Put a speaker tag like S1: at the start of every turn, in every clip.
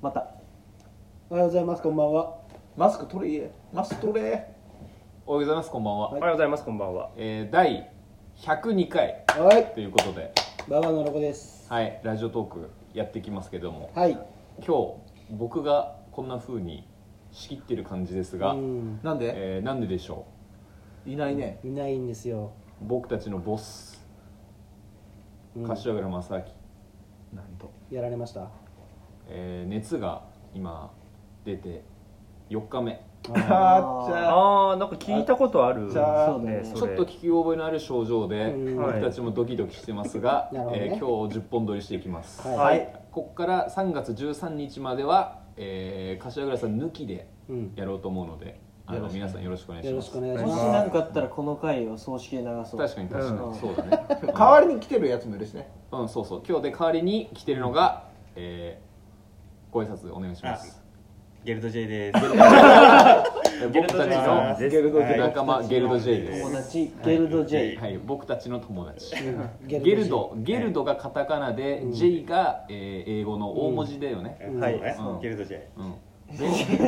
S1: またおはようございますこんばんは
S2: マスク取れマスク取れおはようございますこんばんは、
S1: はい
S3: おはようございますこんばんは
S2: えー第102回
S1: はい
S2: ということで
S1: ババアのロコです
S2: はいラジオトークやっていきますけども
S1: はい
S2: 今日僕がこんな風に仕切ってる感じですが、
S1: うん
S2: なんで、えーなんででしょ
S3: いないね
S1: いないんですよ、
S2: う僕たちのボス
S1: うん
S2: 柏原正明、
S3: なんと
S1: やられましたあ
S2: えー熱が今出て4日目
S1: ー
S2: あじゃ
S3: あーなんか聞いたことある
S2: じゃあ
S3: そうねそ
S2: ちょ
S3: れ
S2: っと聞き覚えのある症状で、
S1: うん
S2: 僕たちもドキドキしてますが、
S1: なるほどね
S2: えー今日10本撮りしていきます、
S1: はい
S3: はい
S2: ここから3月13日までは、えー、柏倉さん抜きで
S1: うん
S2: やろうと思うのであ
S4: よ
S2: の
S4: ろしく
S2: 皆さんよろしくお願いし
S1: よろ
S2: ま
S1: し
S2: す
S1: くお願いし
S4: もし
S1: ま
S4: なんかあったらこの回を葬式で流そう
S2: 確かに確かに、
S3: うん
S2: そうだね
S4: 代わりに来てるやつもいるしね
S2: うんそうそう今日で代わりに来てるのが、えー、ご挨拶お願いします
S5: ゲルド J です。
S2: えー僕たち
S3: あ
S2: の
S3: ーです
S4: ゲルド
S3: はい
S2: 仲間ゲルド J で
S4: 友
S2: す、
S4: 達ゲルド J。
S2: はい、僕たちの友達
S1: すうん
S2: ゲ
S1: ゲ
S2: ルドゲルドがカタカナで、
S1: うん
S2: J が、えー英語の大文字だよね、
S5: はい
S2: うん
S5: ゲルド J。
S2: うん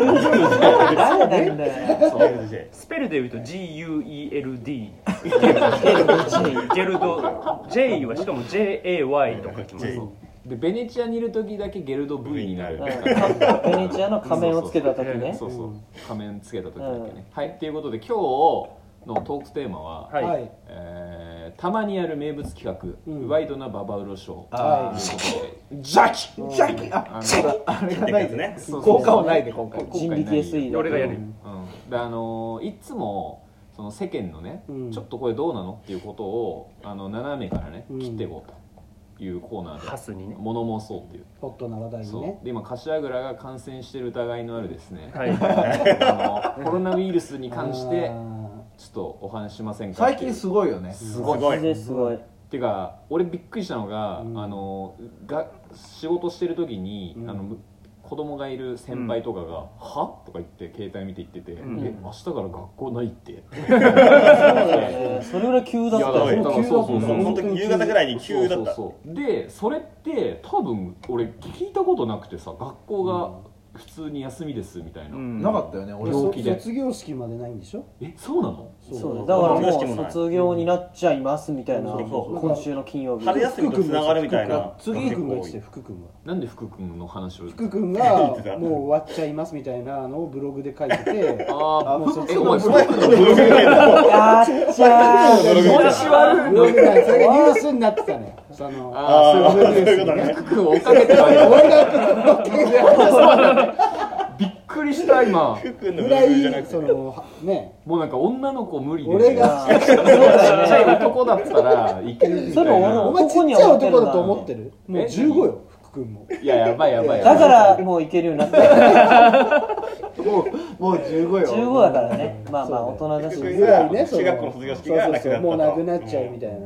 S4: 誰なんだよ。
S2: そう
S5: ゲルド J。
S3: スペルで言うと GUELD
S4: ゲルド J。
S3: ゲルド J はしかも JAY と書きます
S5: J
S2: でベネチアにいる時だけゲルド V になる、
S4: うん ベネチアの仮面をつけた時ね。
S2: そうそう仮面つけた時だけ
S4: うん
S2: ね、はいっていうことで今日のトークテーマは、
S3: はい
S1: はい
S2: えーたまにやる名物企画、
S1: うん
S2: ワイドなババウロショー
S1: は
S2: ということでジャキ
S4: うん
S2: ジ
S4: ジ
S2: ャ
S4: ャ
S2: キあ
S5: あれがないですね。
S2: そう
S4: 効果は
S2: ないで今回
S4: 人力 SE だ。
S3: 俺がやる
S1: う
S3: よ
S1: ん
S2: うん、であのーいつもその世間のね、
S1: うん
S2: ちょっとこれどうなのっていうことをあの斜めからね
S1: うん
S2: 切っていこうというコーナ
S3: ハ
S2: ーで
S3: スにね
S2: 物申そうっていう
S1: ホットな話題に
S2: そ
S1: ね
S2: うで今柏倉が感染してる疑いのあるですね、
S3: はい
S2: あのコロナウイルスに関して
S1: あー
S2: ちょっとお話ししませんか
S4: 最近すごいよね。
S2: すごい
S5: ごい
S4: マジですごい。
S2: てか俺びっくりしたのが,、
S1: うん
S2: あのが仕事してる時に、
S1: うん
S2: あの子供がいる先輩とかが「は?」とか言って携帯見て言ってて「
S3: うん
S2: え明日から学校ないって」
S4: そうだよね。それぐらい急だっ
S2: いやだ
S4: た
S2: から
S4: よ。
S2: そうそうそう
S5: もう本当に夕方ぐらいに急だった。
S2: そうそうそうでそれって多分俺聞いたことなくてさ学校が普通に休みですみたいな、
S3: うん
S4: なかったよね。
S2: う
S4: 俺
S2: ん
S4: そう
S2: 同期で
S1: 卒業式までないんでしょ
S2: えそうなの
S4: そうだよ
S1: だ
S4: だ
S1: か
S4: かららも
S5: も
S4: う
S5: う
S4: 卒業になっちゃいますみたいな。
S5: そうそう
S4: 今週の金曜日。
S5: 春休みとつながるみたいな。
S1: 福君が言ってたよ
S5: 結
S1: 福君が
S2: なんで福君の話を
S1: 福君
S5: 言
S1: が
S5: ってた
S1: もう終わっちゃいますみたいなのをブログで書いてて
S2: ああ
S1: もう卒
S2: え
S1: 業
S2: お前
S1: そ
S2: そうう持ち悪い
S4: やっちゃー。
S1: ブログがそれがニュースになってたねその
S2: ああ
S1: ブログニュース
S5: 構多いそうい
S2: 福君追っかけて
S5: うことね。
S2: たね
S1: 俺がブログで
S2: びっくりした今
S5: 福君の
S1: ぐ
S5: ブ
S1: ら
S5: ログじゃないくて
S1: そ。のね
S2: もうなんか女の子無理で
S1: 俺が
S4: あーそ
S2: ちっ
S4: うだ
S2: ちゃい
S4: よね。
S2: 男だったらいけるみた
S4: そ
S2: い
S4: れ俺
S1: お
S2: な
S1: 前ちっちゃい男だと思ってる
S2: え
S1: もう15よ福君も
S2: いややばいやばい
S4: だからもういけるようになった。もうもう15よ15だからね。まあまあ大人だし。
S5: 福
S4: い
S1: ぐ
S5: 君
S1: らいね
S5: が
S1: その
S5: 中学校の卒業式がな
S1: そ
S5: く
S1: うそうそ
S5: な
S1: う
S5: った
S1: もうなくなっちゃうみたいな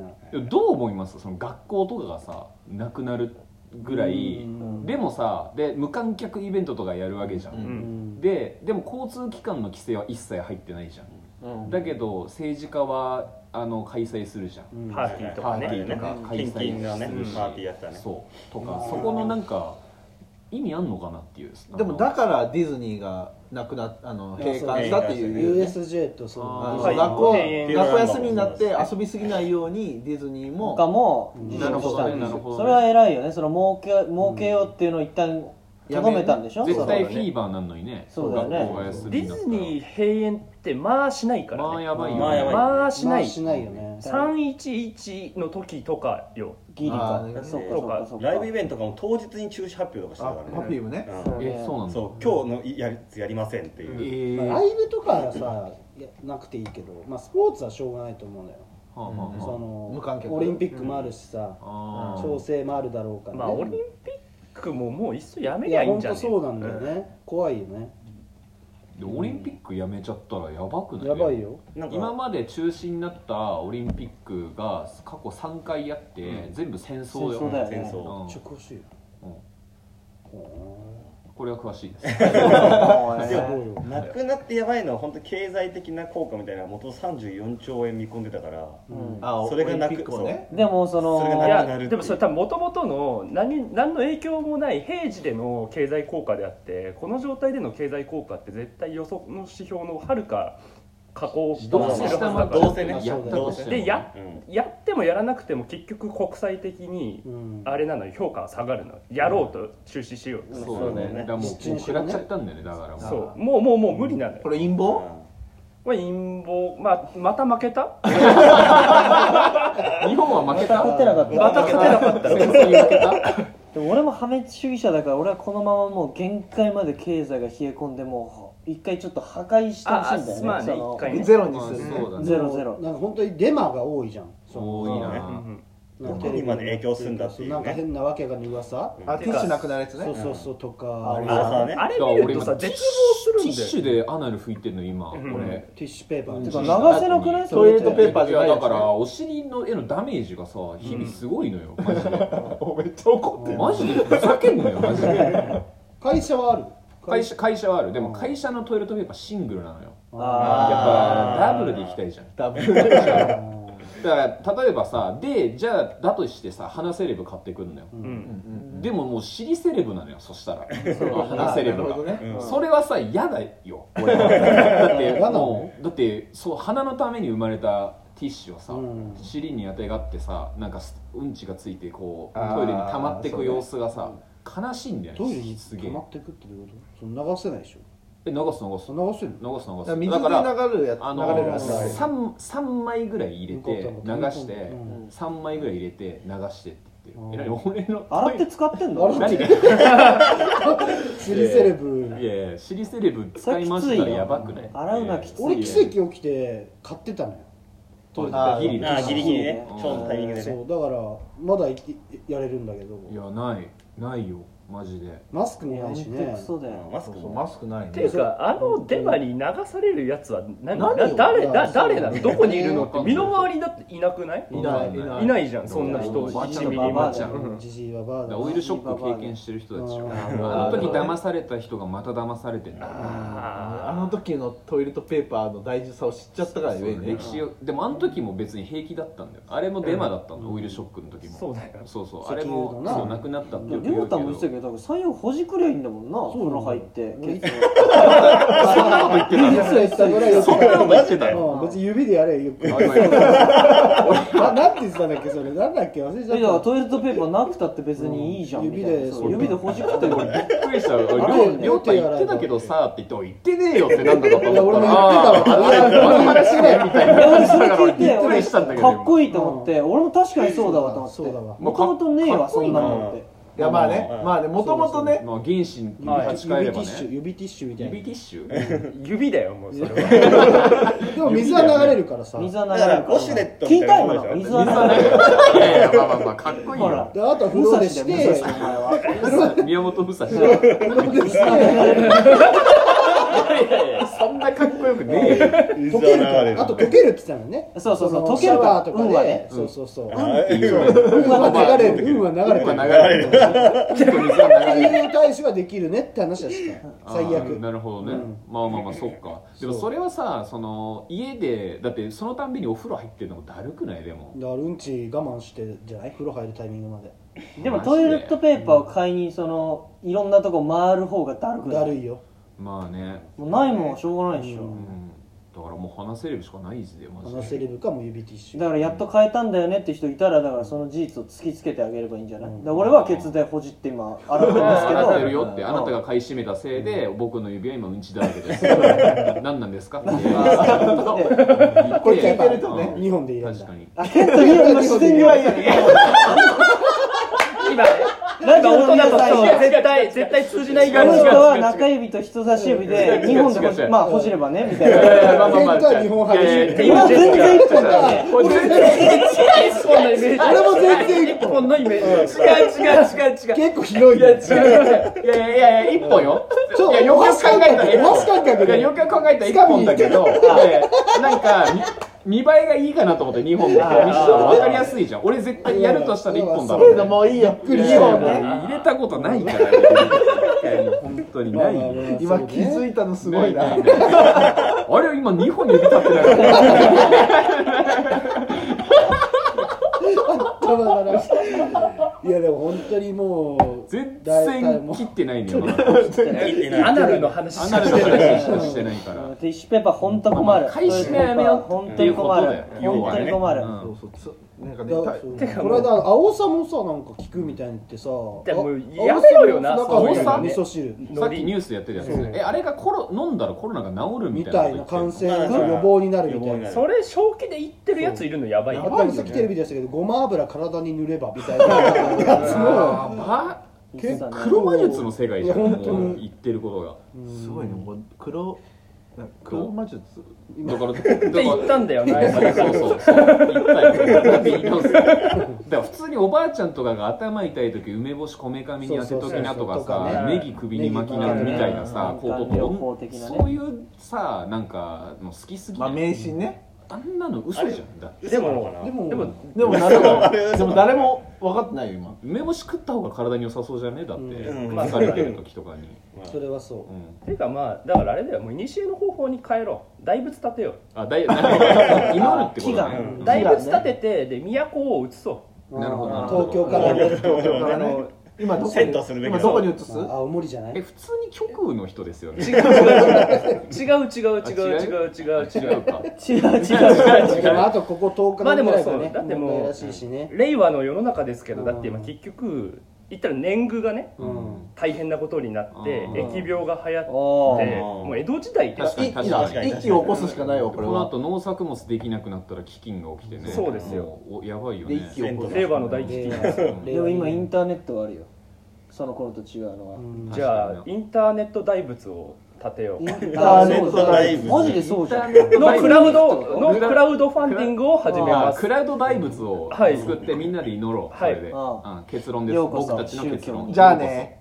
S2: どう思いますその学校とかがさなくなるぐらい
S1: うん
S2: でもさで無観客イベントとかやるわけじゃん、
S5: うん
S1: うん
S2: ででも交通機関の規制は一切入ってないじゃん、だけど政治家はあの開催するじゃ
S1: う
S2: ん、
S1: ん
S3: パーティーと
S2: パ
S3: か
S2: ーティ
S3: ね
S2: ーとか
S5: うん
S2: 開催
S5: キンキンのね
S2: するし
S5: パーティーやったね
S2: そうとかそこのなんか意味あんのかなっていう
S6: でもだからディズニーがなくなあの閉館したっていう、
S1: USJ とそ
S2: あ
S6: あ
S1: の
S6: の
S3: はい
S6: 学校
S3: 庭園
S6: 学校休みになって遊びすぎないようにディズニー
S4: 他
S6: も
S4: も
S1: うん
S4: 自
S2: なる
S4: 粛
S2: ほ
S4: した
S2: どね
S4: んで
S2: な
S4: す
S2: る
S4: よ
S2: ほどね
S4: それは偉いよねその儲け儲けようっていうのを一旦とどめたんでしょ
S2: 絶対
S4: そ
S2: フ
S4: う
S2: ィーバーなんのにね
S4: そうだよね
S2: 学校が休
S3: デ
S2: みにな
S3: ィ
S2: ったら
S3: ズニー閉園ってまあしないからね
S2: まあやばいよ、ね、
S5: まあやばい
S3: まあし
S1: ま
S3: な
S1: あ
S3: い
S1: しないよね
S3: 311の時とかよ
S4: ギリ
S6: あ
S4: か
S6: ー
S4: そうか
S3: そ
S4: そうう
S3: か
S4: かそうか
S5: ライブイベントとかも当日に中止発表とかしてた
S6: あ
S5: から
S6: パ
S5: ね。
S6: ピームね
S5: うん
S2: えそうなんだ
S5: そう今日のやりやりませんっていう。
S2: え
S1: ま
S2: ー
S1: あライブとかはさいやなくていいけど、まあ、スポーツはしょうがないと思うのよ、
S2: はあはあはあ
S1: その
S6: 無観客
S1: オリンピックもあるしさ、
S2: あー
S1: 調整もあるだろうから、ね
S3: まあオリンピックももういっそやめ
S1: い
S3: りゃ
S1: や
S3: いいん
S1: 本
S3: じゃ
S1: 当
S3: ね
S1: そうなんだよね、怖いよね
S2: でオリンピックやめちゃったらやばくない
S1: やばいよ
S5: なんか
S2: 今まで中止になったオリンピックが過去3回やって、全部戦争よ
S4: 戦争だよね
S5: 戦争
S2: うん
S1: 直しいよ、
S2: うん
S1: うん
S2: これは詳しいです
S5: で
S1: そう
S5: も
S1: よ
S5: なくなってやばいのは本当経済的な効果みたいな元34兆円見込んでたから
S1: うん
S6: あ
S5: それがな
S6: オ
S5: く
S6: リンピックもね
S4: でもその
S5: それが
S3: い
S5: なくな
S3: や
S5: るっていう
S3: でもそれ多分もともとの何何の影響もない平時での経済効果であってこの状態での経済効果って絶対予測の指標のはるか下降を
S2: どう
S5: せ
S2: せ
S5: 下
S2: 下
S5: 回
S2: ま
S5: っ
S2: で
S5: どうせね
S2: やったとしても
S3: でや
S5: うん
S3: やってもやらなくても結局国際的に
S1: うん
S3: あれなのよ評価は下がるのよやろうと中止しようと
S2: そうだねだからもう
S1: そうだよね
S2: 食らっちゃったんだよねだからもう
S3: そうもうもうもう無理なのよ
S6: これ陰謀
S3: まあ陰謀まあまた負けた
S2: 日本は負けた
S4: 勝てなかった
S3: また勝てなかった
S2: 戦争に負けた
S4: でも俺も破滅主義者だから俺はこのままもう限界まで経済が冷え込んでもう一回ちょっと破壊してほしいんだよ
S3: あ
S4: ね
S3: まあね
S4: その
S3: 一回ね
S6: ゼロに
S2: まあ
S6: する
S2: そうだね
S4: ゼロゼロ
S1: なんか本当にデマが多いじゃん
S2: 多い
S5: ね
S2: な
S1: なんか
S5: どこにまで影響するんだっていうね
S1: なんか変なわけがの噂、
S5: うん
S6: あティッシュなくなるやつね
S1: そうそうそうと
S6: あ
S1: か
S6: あ、り
S5: あそうね
S3: あれ見るとさ
S2: だから俺今
S3: 絶望す
S2: テ
S3: る
S2: ィッ
S3: んだよ
S2: シュでアナル拭いてんの今こ
S3: う
S2: れ
S3: ん
S1: ティッシュペーパー
S4: て
S1: と
S4: か
S1: か
S4: 流
S1: な
S4: せなくない
S6: トイレットペーパー
S2: い
S6: じゃな
S2: や
S6: いや
S2: だ
S6: つ
S2: からお尻のへのダメージがさ日々すごいのよマジで
S6: おめっちゃ怒ってる
S2: マジでふざけんなよマジで
S1: 会社はある
S2: 会社会社はあるでも会社のトイレットペーパーシングルなのよやっ
S4: あ
S2: ぱダブルでいきたいじゃん
S6: ダブル
S2: だから例えばさでじゃあだとしてさ鼻セレブ買ってくんのよ、
S3: うん
S2: でももう尻セレブなのよそしたら鼻
S6: 話
S2: セ
S6: せ
S2: レ
S6: れ
S2: ブ
S6: ば
S2: が、
S6: ね
S5: うん
S2: それはさ嫌だよ俺はだって
S1: 嫌なの
S2: もうだってそう鼻のために生まれたティッシュをさ、
S1: うん
S2: 尻にあてがってさなんかすうんちがついてこう
S6: あー
S2: トイレに溜まって
S6: そう
S2: く
S6: ね
S2: 様子がさ、悲しいんだよね
S1: トイレに
S2: すげ
S1: 溜
S2: え
S1: まってくってどういうことその流せないでしょ
S2: え流す流す
S1: その流せる
S2: 流す流
S6: だから
S2: す
S6: 水
S2: だ
S6: で
S2: から
S6: 流るやつ
S2: あ
S6: 流れるや
S2: の
S6: つ
S1: 流
S2: 三三枚ぐらい入れて
S1: 向こう
S2: 流
S1: とも
S2: して
S1: うん
S2: 三枚ぐらい入れて流してって言ってる
S1: うん
S2: え何俺の
S4: ー洗って使ってん
S1: 洗
S4: の
S2: 何が
S1: 釣り セレブ
S2: いやいや尻セレブ使いましたらやばくない
S4: 洗うのはきつい
S1: 俺奇跡起きて買ってたのよトイレ
S6: あー
S2: ギリ
S5: あーギリギリね
S2: うん
S5: ちょうどタイミングで
S1: そ
S5: ね
S1: うだからまだいやれるんだけど
S2: いやないないよマジで
S1: マスクもないし
S4: 本当
S1: ね
S4: クソだ
S5: うん
S4: よ
S5: マス
S6: そう
S5: ク
S6: そう
S5: も
S6: マスクない
S3: てい
S6: ね
S3: うかあのデマに流されるやつは何
S6: 何
S3: な
S6: よ
S3: 誰
S6: いや
S3: だ誰な
S6: そう
S3: のどこにいるのっ
S2: わかんな
S3: て
S2: い
S3: 身の回りだっていなくない
S6: いないいない
S3: いないじゃんそんな人
S2: おばあちゃん
S3: 1ミリ
S2: おばあ
S3: も
S2: ちゃん
S3: うん
S1: じじいはバー
S2: だか
S1: だ
S2: ら
S1: な
S2: オイルショック経験してる人たちよ
S1: うん
S2: あの時騙された人がまた騙されてんだ
S6: あ
S3: あ
S6: の時のトイレットペーパーの大事さを知っちゃったから
S2: そう
S6: ゆえね
S2: 歴史をでもあの時も別に平気だったんだよあれもデマだったんだオイルショックの時
S3: ー
S2: も
S3: そうだよ
S2: そうそう
S1: 石
S2: あ
S1: 油
S2: れも
S1: のな
S2: そうなくなったって
S4: り
S2: よく
S4: ょ
S2: 言
S4: うたんも言ってた
S2: う
S4: けどだから左右ほじくりゃいいんだもんな
S1: そうなの
S4: 風呂入って
S1: 俺いつ
S4: ケツ
S2: そんなこと言ってたんだ
S1: いつ言ったぐらいよ
S2: そんなこと言ってたよ
S1: うん別に指でやれよ
S2: あごめん
S1: ななんて言ってたんだっけそれなんだっけ忘れち
S4: えだか
S1: ゃ
S4: ら
S1: った
S4: トイレットペーパーなくたって別にいいじゃん
S1: うん
S4: みたいな
S1: 指で
S4: そう指でほじくってる
S2: 俺びっくりした
S1: あれ
S2: 俺りょ
S1: ね
S2: うりょうた言ってたけどさって言っても言ってねえよってなんだかと思っ
S1: い
S2: たら
S1: や俺も言ってたわ
S2: あーあれあの話ねみたいな
S4: それ
S2: だから俺
S4: 聞い
S2: び
S4: て
S2: っくりしたんだけど
S4: かっこいいと思って、俺も確かにそうだわと思って
S1: そうだわ
S4: もともとねえ
S2: か
S4: わ
S2: っこ
S4: そ
S2: いい
S4: ん
S2: な
S4: なのって
S6: いやまあね
S5: うん
S6: まあねもともとね
S2: まあ原子に立ち返
S1: 指
S2: れ
S1: テ
S2: ば
S1: ィッシュ
S2: ね
S1: 指ティッシュみたい
S2: 指
S1: な
S2: ティッシュ
S3: 指だよもうそれは
S1: でも水は流れるからさ
S4: 水は流
S5: だ
S4: れ
S5: か
S4: るからら
S5: ウォシュレット
S4: 聞
S5: み
S4: い
S5: た
S4: た
S5: い
S4: い
S5: な
S4: も
S5: ことでしょ
S4: の水
S5: だ
S4: は
S5: っ
S2: い
S4: 流れる
S5: て
S2: やいやまあまあまあかっこいい
S4: ほ
S2: よ
S4: ら
S1: であとは風
S4: 武
S1: 呂
S4: 蔵だ
S1: で
S4: よ
S1: し
S4: 武蔵
S1: て
S4: お前は
S2: 宮本武蔵い
S4: 水は流れる
S2: やいやいやそんなかっこよくねえよ
S5: 水
S1: 溶けるか
S5: は流れ
S1: らあと溶けるって言ってたのね
S4: そうそうそう
S1: の
S4: 溶けるか
S1: シ
S4: ら
S1: ャワーとか
S4: 運はね
S1: でそうそうそう
S5: あ
S1: 運
S5: ー
S1: は流れる運は流れて
S2: こ
S1: る
S2: れ流れる
S1: っていう対処ができるねって話はした最
S2: あー
S1: 悪
S2: なるほどね、
S1: うん
S2: まあまあまあそっかでも
S1: そう
S2: それはさその家でだってそのたんびにお風呂入ってるのもだるくないでも
S1: だからうんち我慢してじゃない風呂入るタイミングまで
S4: でもトイレットペーパーを買いにそのいろんなとこ回る方がだるくな
S1: だるいよ
S2: まあね、
S4: もうないもんはしょうがないでしょ、
S1: う
S2: うん、だからもう鼻セレブしかないですよマジで
S1: 鼻セレブかもう指ティッシ
S4: だ
S1: ュ
S4: からやっと変えたんだよねって人いたらだからその事実を突きつけてあげればいいんじゃない、
S1: うん
S4: だから俺はケツでほじって今洗ってますけ
S2: あなたる
S4: ど
S2: よって
S4: うん
S2: あなたが買い占めたせいで僕の指は今うんちだらけ です何なんですかって言
S1: これ聞いてる
S6: とね
S1: 2本でいいん
S2: 確
S1: だ
S2: かに
S4: あケツ見ようとしてみようよ
S3: 今ね
S4: ラジ
S3: 今
S4: オの
S3: 音
S4: 皆
S3: だ
S4: さ
S3: と
S4: ん
S3: して
S4: は
S3: 絶対絶対通じない
S4: 人
S3: から
S4: は中指と人差し指で
S2: 違う違う違う
S4: 2本でほじ
S2: 違う
S4: まあほじればねみたいな
S2: まあまあまあ
S1: 前回日本派でしょ
S2: いやいや
S4: 今全然一本だね
S2: これ全然
S3: 一本のイメージ
S1: 俺も全然一本
S3: のイメージ違う違う違う違
S1: 結
S3: う
S1: 構広い
S2: いや違
S1: ね
S2: う違ういやいやいやいや一本よ
S1: ちょ
S2: いやよく考えたら
S1: マス感覚
S2: いや
S1: で
S2: よく考えたら一本だけどいやいやなんかみ見栄えがいいかなと思って2本で
S4: あー
S2: 一緒分かりやすいじゃん俺絶対やるとしたら1本だろうね
S6: もういいよ。
S2: いやいや入れたことないからね一回も本当にないよ
S6: 今気づいたのすごいな。
S2: あれ今2本指立ってなかった
S1: ただだないやでも本当にもう
S2: 全
S1: 大体
S2: 然
S1: もう
S2: 切ってないねまだ
S5: 言ってない
S3: アナルの話
S2: ア
S3: し
S2: ナ
S3: か
S2: ル
S3: し
S2: の
S3: てない
S2: 話しかしてないから
S4: ティッシュペーパー本当困る。
S2: まあ返しがやめよう
S4: 本当に困る
S2: って。いうこと
S4: 本当
S2: だよ
S4: に
S2: 要
S4: 困
S2: はね
S4: る。
S6: そうそうつ。なんかね
S1: だ
S6: た
S1: そう
S3: てか
S1: こ
S3: も
S1: の
S3: う
S1: 間青さもさなんか聞くみたいに言ってさ
S3: でも
S1: あ
S3: やめろよな
S1: 青さ
S3: そ
S2: いうの
S3: う
S2: ね
S1: 青さ味噌汁
S2: さっきニュースやってたやつ
S3: そう
S2: えあれがコロ飲んだらコロナが治るみ
S1: み
S2: た
S1: たい
S2: いな
S1: な
S2: こと言
S1: 感
S2: って
S1: 染予防になるみたいな
S5: や
S3: それ正気で言ってるやついるのやばい
S1: あ
S3: よ
S1: とはさっきテレビでしたけどごま油体に塗ればみたいなやつも
S2: あーば
S1: 結構
S2: 黒魔術の世界じゃん
S1: いや本当に
S2: もう言ってるこ
S6: すごいね。もう黒なんか黒魔術。
S2: とがだからだ
S3: って
S2: か
S3: 言
S2: ら
S3: ったんだ よな
S2: そうそうそう言ったよ言い直すだから普通におばあちゃんとかが頭痛い時梅干しこめかみに当てときなと
S1: そうそうそ
S2: か
S1: う
S2: さ
S1: とか
S3: ね
S2: ネギ首に巻きなみたいなさ
S4: ネギ巻きな
S2: こと
S4: 両方的なね
S2: そういうさなんかもう好きすぎ
S6: まあ
S2: て
S6: 迷信ね。
S2: あんなの嘘じゃんだって
S5: でも
S1: でも
S3: でも
S6: でも誰もでも誰も分かってないよ今。
S2: 梅干し食った方が体に良さそうじゃねだって
S5: うん
S2: 疲れてる時とかに
S1: それはそう
S2: うん
S3: ていうかまあだからあれだよもう古の方法に変えろ大仏建てよ
S2: あだいなんか祈るってこと
S4: あ
S2: ね
S4: 祈
S5: 願
S2: うん
S3: 大仏建ててで都を移そう
S2: なるほどなるほど
S1: 東京 からね
S6: あの今どこ
S5: セッ
S6: に
S5: トするべき
S6: 今どこに移す？
S1: あ青森じゃな
S2: え
S1: い
S2: 普通に極右の人ですよね
S3: 違う
S2: あ違うか
S3: 違う違う違う違う違う違う違う違う
S4: 違う違う違う。
S1: でもあとここ10日
S3: まあ
S1: 間ぐ
S3: でも
S1: らい
S3: そ
S1: が
S3: う
S1: ね
S3: だっても
S1: 問題
S3: う
S1: らしいしね
S3: 令和の世の中ですけど
S1: うん
S3: だって今結局言ったら年貢がね
S1: うん
S3: 大変なことになって
S2: うん
S3: 疫病が流行って
S4: おー
S3: もう江戸時代
S2: 確かに確かに
S5: かに
S6: 一気を起こすしかないよこ
S2: こ
S6: れ
S2: の
S6: は。
S2: 後農作物できなくなったら飢饉が起きてね
S3: そうですよ
S2: もうおやばいよ
S6: で
S2: ね
S6: 一気を起こす。
S3: 令和の大飢饉
S1: で
S4: でも今インターネットがあるよ。その頃と違うのは。
S3: じゃあインターネット大仏を建てよう
S4: インタ
S6: ーネット
S5: ライブ
S4: マジでそうじゃん。
S3: のクラウドの
S2: クラ
S3: クラウドファンディングを始め
S2: あ
S3: ま
S2: ー
S3: す
S2: クラウド大仏を作ってみんなで祈ろう、
S3: はい
S2: それで、
S4: は
S2: うん結論です
S4: ようこそ
S2: 僕たちの結
S4: 宗教
S2: 論
S4: に
S6: じゃあね。